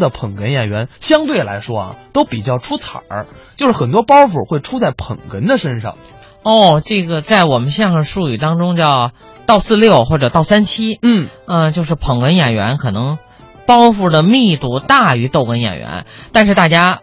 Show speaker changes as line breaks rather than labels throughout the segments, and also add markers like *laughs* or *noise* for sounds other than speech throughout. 的捧哏演员相对来说啊，都比较出彩儿，就是很多包袱会出在捧哏的身上。
哦，这个在我们相声术语当中叫倒四六或者倒三七，
嗯，
嗯、就是捧哏演员可能包袱的密度大于逗哏演员，但是大家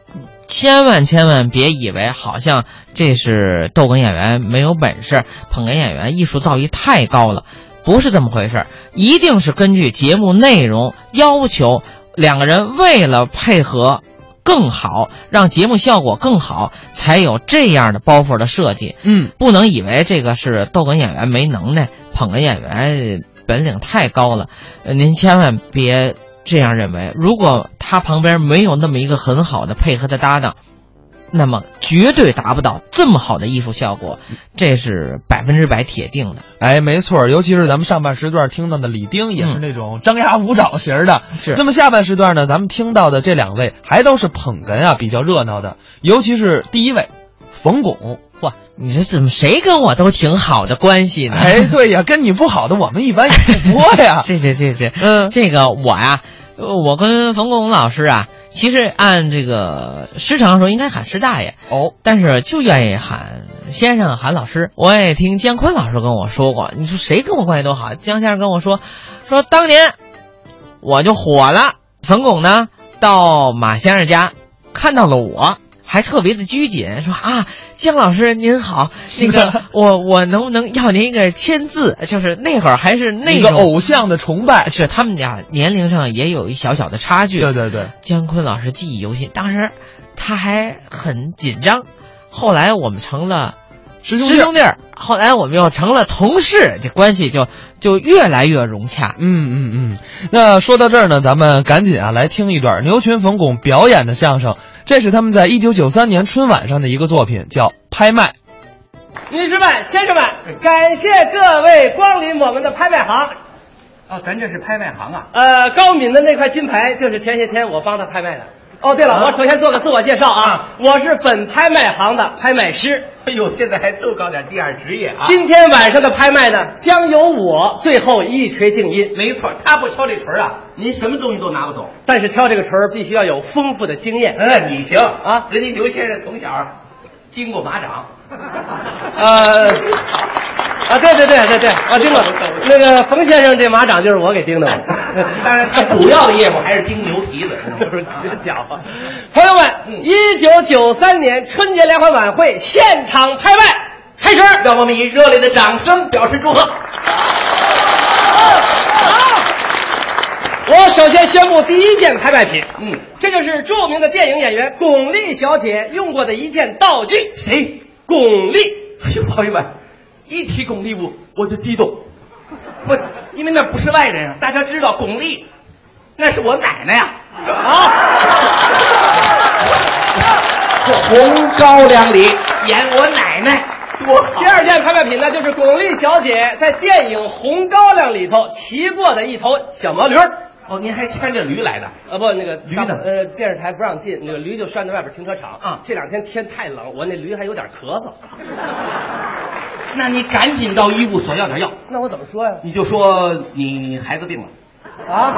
千万千万别以为好像这是逗哏演员没有本事，捧哏演员艺术造诣太高了，不是这么回事儿，一定是根据节目内容要求，两个人为了配合。更好，让节目效果更好，才有这样的包袱的设计。
嗯，
不能以为这个是逗哏演员没能耐，捧哏演员本领太高了。呃您千万别这样认为。如果他旁边没有那么一个很好的配合的搭档，那么绝对达不到这么好的艺术效果，这是百分之百铁定的。
哎，没错儿，尤其是咱们上半时段听到的李丁也是
嗯
那种张牙舞爪型儿的。
是
那么下半时段呢，咱们听到的这两位还都是捧哏啊，比较热闹的，尤其是第一位，冯巩。
哇，你说怎么谁跟我都挺好的关系呢？。
哎，啊对呀，跟你不好的我们一般也不播呀 *laughs*
谢谢谢谢。
嗯
这个我呀、呃我跟冯巩老师啊，其实按这个师承说应该喊师大爷，
哦，
但是就愿意喊先生、喊老师。我也听姜昆老师跟我说过，你说谁跟我关系都好，姜先生跟我说，说当年我就火了，冯巩呢到马先生家看到了我。还特别的拘谨，说啊，姜老师您好，那
*laughs*
个我我能不能要您一个签字？就是那会儿还是那
一
种
个偶像的崇拜。
是他们俩年龄上也有一小小的差距。
对对对，
姜昆老师记忆犹新，当时他还很紧张，后来我们成了
师兄
师
弟儿。
兄弟儿，后来我们又成了同事，这关系就就越来越融洽。
嗯嗯嗯。那说到这儿呢，咱们赶紧啊来听一段牛群冯巩表演的相声，这是他们在一九九三年春晚上的一个作品，叫《拍卖》。
女士们、先生们，感谢各位光临我们的拍卖行。
哦，咱这是拍卖行啊！
呃，高敏的那块金牌就是前些天我帮他拍卖的。哦，对
啊
了，我首先做个自我介绍啊，我是本拍卖行的拍卖师。
哎呦，现在还都搞点第二职业啊！
今天晚上的拍卖呢，将由我最后一锤定音。
没错，他不敲这锤儿啊，您什么东西都拿不走。
但是敲这个锤儿必须要有丰富的经验。
嗯，你行
啊
人家牛先生从小钉过马掌。
*laughs* 呃，啊，对对对对对，我听过
不错不。
那个冯先生这马掌就是我给钉的嘛。
*laughs* 当然，他主要的业务还是钉牛
*laughs*
蹄子。
这家伙！朋友
嗯
们，一九九三年春节联欢晚会现场拍卖开始。
让我们以热烈的掌声表示祝贺。
我首先宣布第一件拍卖品，
嗯，
这就是著名的电影演员巩俐小姐用过的一件道具。
谁？
巩俐，
哎呦，朋友们，一提巩俐我我就激动，不，因为那不是外人啊，大家知道巩俐， *laughs* 那是我奶奶呀、啊。红高粱里演我奶奶，多好
第！二件拍卖品呢，就是巩俐小姐在电影《红高粱》里头骑过的一头小毛驴儿。
哦，您还牵着驴来的？
啊不，那个
驴呢
呃，电视台不让进，那个驴就拴在外边停车场。
啊
这两天天太冷，我那驴还有点咳嗽。
那你赶紧到医务所要点药，
那我怎么说呀？
你就说你孩子病了，
啊，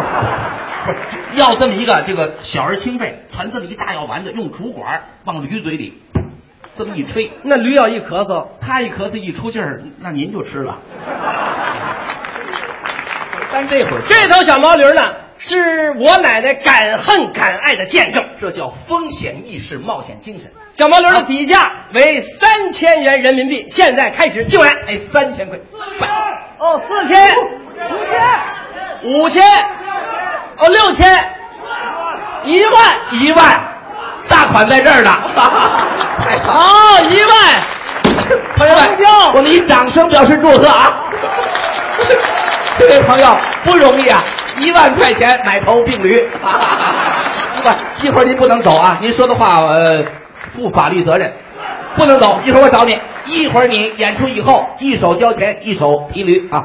不是要这么一个这个小儿清肺，传这么一大药丸子，用竹管往驴嘴里这么一吹，
那驴要一咳嗽，
他一咳嗽一出劲儿，那您就吃了。但这会儿
这头小毛驴呢，是我奶奶敢恨敢爱的见证。
这叫风险意识、冒险精神。
小毛驴的底价为三千元人民币，现在开始竞买。
哎，三千块，百
哦，四千，五千，五千，哦，六千，一万，
一万，大款在这儿呢。 *laughs* 太好，
哦，一万，
朋友
成交
们，我们以掌声表示祝贺啊！这位朋友不容易啊，一万块钱买头病驴。 *laughs* 不，一会儿您不能走啊，您说的话呃，负法律责任，不能走。一会儿我找你，一会儿你演出以后，一手交钱，一手提驴啊。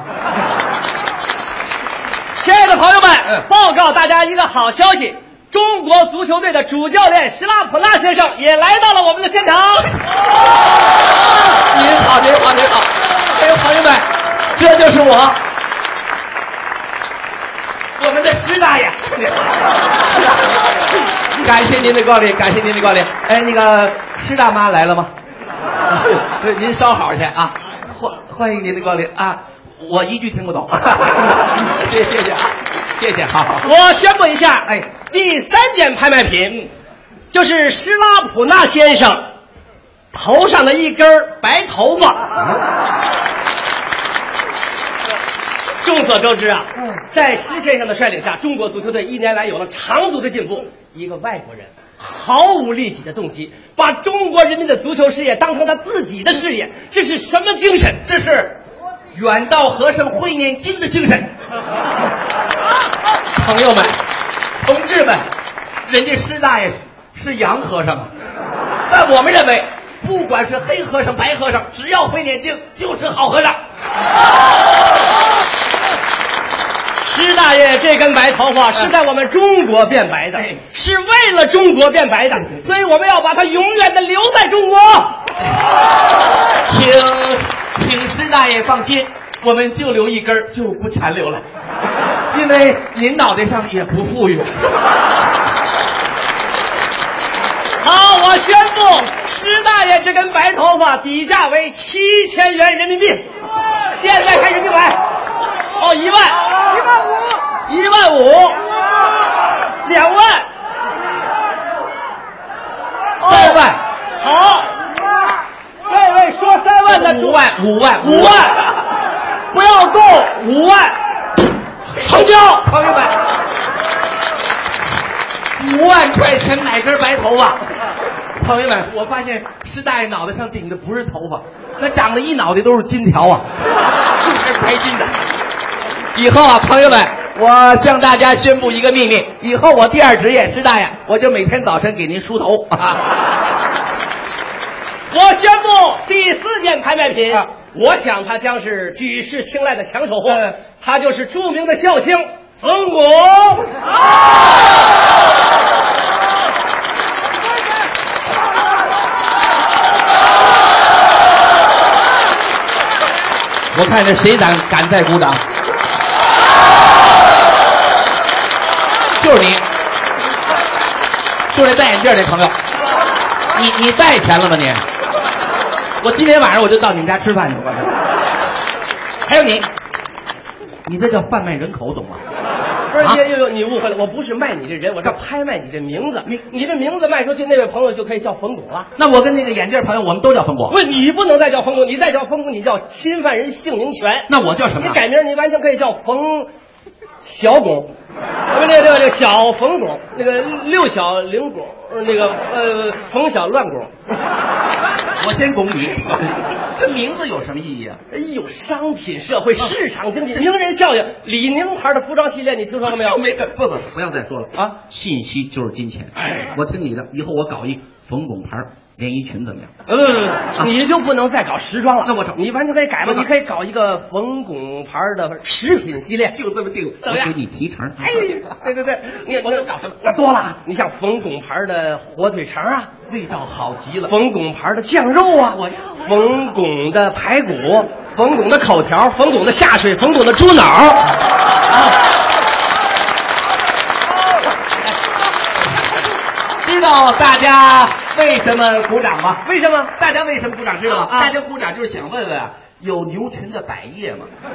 亲爱的朋友们
嗯，
报告大家一个好消息。中国足球队的主教练什拉普拉先生也来到了我们的现场。
哎您好，您好，您好，哎呦，朋友们，这就是我，我们的石大爷。感谢您的光临，感谢您的光临。哎，那个施大妈来了吗？对，您稍好去啊，欢欢迎您的光临啊！我一句听不懂， *laughs* 谢谢谢谢啊，谢谢，好好好。
我宣布一下，
哎
第三件拍卖品就是施拉普纳先生头上的一根儿白头发。众所周知啊，在施先生的率领下，中国足球队一年来有了长足的进步。一个外国人毫无利己的动机，把中国人民的足球事业当成他自己的事业，这是什么精神？
这是远道和尚会念经的精神。朋友们，同志们，人家施大爷是洋和尚啊，但我们认为，不管是黑和尚、白和尚，只要会念经，就是好和尚。
施大爷这根白头发是在我们中国变白的
哎，
是为了中国变白的，所以我们要把它永远的留在中国。
请请施大爷放心，我们就留一根儿，就不残留了，因为您脑袋上也不富裕。
好，我宣布，施大爷这根白头发底价为七千元人民币，现在开始竞买。哦，一万，一万五，一万五，两万，
三万
哦。好，那位说三万的
五万，五万，
五万，不要动，五万，成交。
朋友们，五万块钱买根白头发。朋友们，我发现师大爷脑袋上顶的不是头发，那长得一脑袋都是金条啊，这还是白金的。以后啊，朋友们，我向大家宣布一个秘密，以后我第二职业师大爷，我就每天早晨给您梳头。啊
我宣布第四件拍卖品
啊，
我想它将是举世青睐的抢手货
嗯，
它就是著名的笑星冯巩。
我看这谁敢敢再鼓掌？就是你，就这戴眼镜儿这朋友，你你带钱了吗你？我今天晚上我就到你们家吃饭去，我操还有你，你这叫贩卖人口，懂吗？
不是，
啊
悠悠，你误会了，我不是卖你这人，我是拍卖你这名字。你你这名字卖出去，那位朋友就可以叫冯巩了。
那我跟那个眼镜儿朋友，我们都叫冯巩。
不，你不能再叫冯巩，你再叫冯巩，你叫侵犯人姓名权。
那我叫什么
你？改名，你完全可以叫冯小巩，不，那个那个那个小冯巩，那个六小龄巩，呃那个呃冯小乱巩，
我先拱 *laughs* 你。这名字有什么意义啊？
哎呦，商品社会、市场经济、名人效应，李宁牌的服装系列你听说过没有？
*laughs* 没事，不不，不要再说了哎
啊！
信息就是金钱。我听你的，以后我搞一冯巩牌连衣裙怎么样？
呃，不不不，你就不能再搞时装了。
那我找
你完全可以改吧，
我找
你可以搞一个冯巩牌的食品系列。
就这么定了，
怎么样
我给你提成。哎
哎，对对对，你我能搞什么？那多了，你像冯巩牌的火腿肠啊，
味道好极了。
冯巩牌的酱肉啊，我冯巩的排骨，冯巩的口条，冯巩的下水，冯巩的猪脑。
知道大家为什么鼓掌吗？
为什么？
大家为什么鼓掌？知道吗？
啊
大家鼓掌就是想问问啊，有牛群的百叶吗？你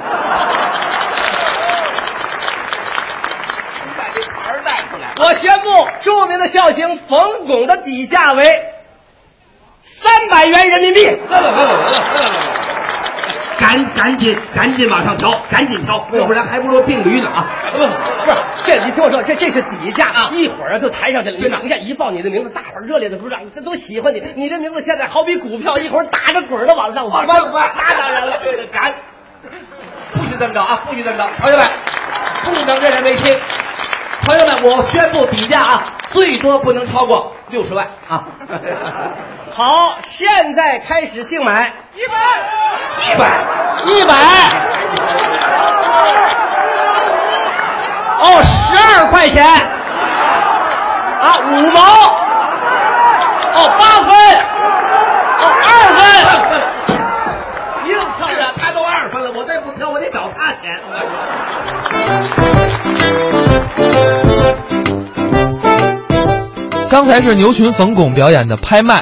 把这牌儿带出来。
我宣布，著名的笑星冯巩的底价为三百元人民币。
赶赶紧赶紧往上调，赶紧调，要不然还不如病驴呢啊！
不是，不是，这你听我说，这这是底价
啊
一会儿啊就抬上去了。你
真的
看，你看一报你的名字，大伙儿热烈的鼓掌，这都喜欢你。你这名字现在好比股票，一会儿打着滚儿的往上
往
往
上翻，
那当然了，
这个赶，不许这么着啊！不许这么着，朋友们，不能这样为亲。朋友们，我宣布比价啊，最多不能超过六十万啊！
好，现在开始竞买，
一百，
一百，哦，十二块钱，啊，五毛，哦，八分，哦，二分，硬
是啊，他都二分了，我再不挑，我得找他钱。
刚才是牛群冯巩表演的《拍卖》，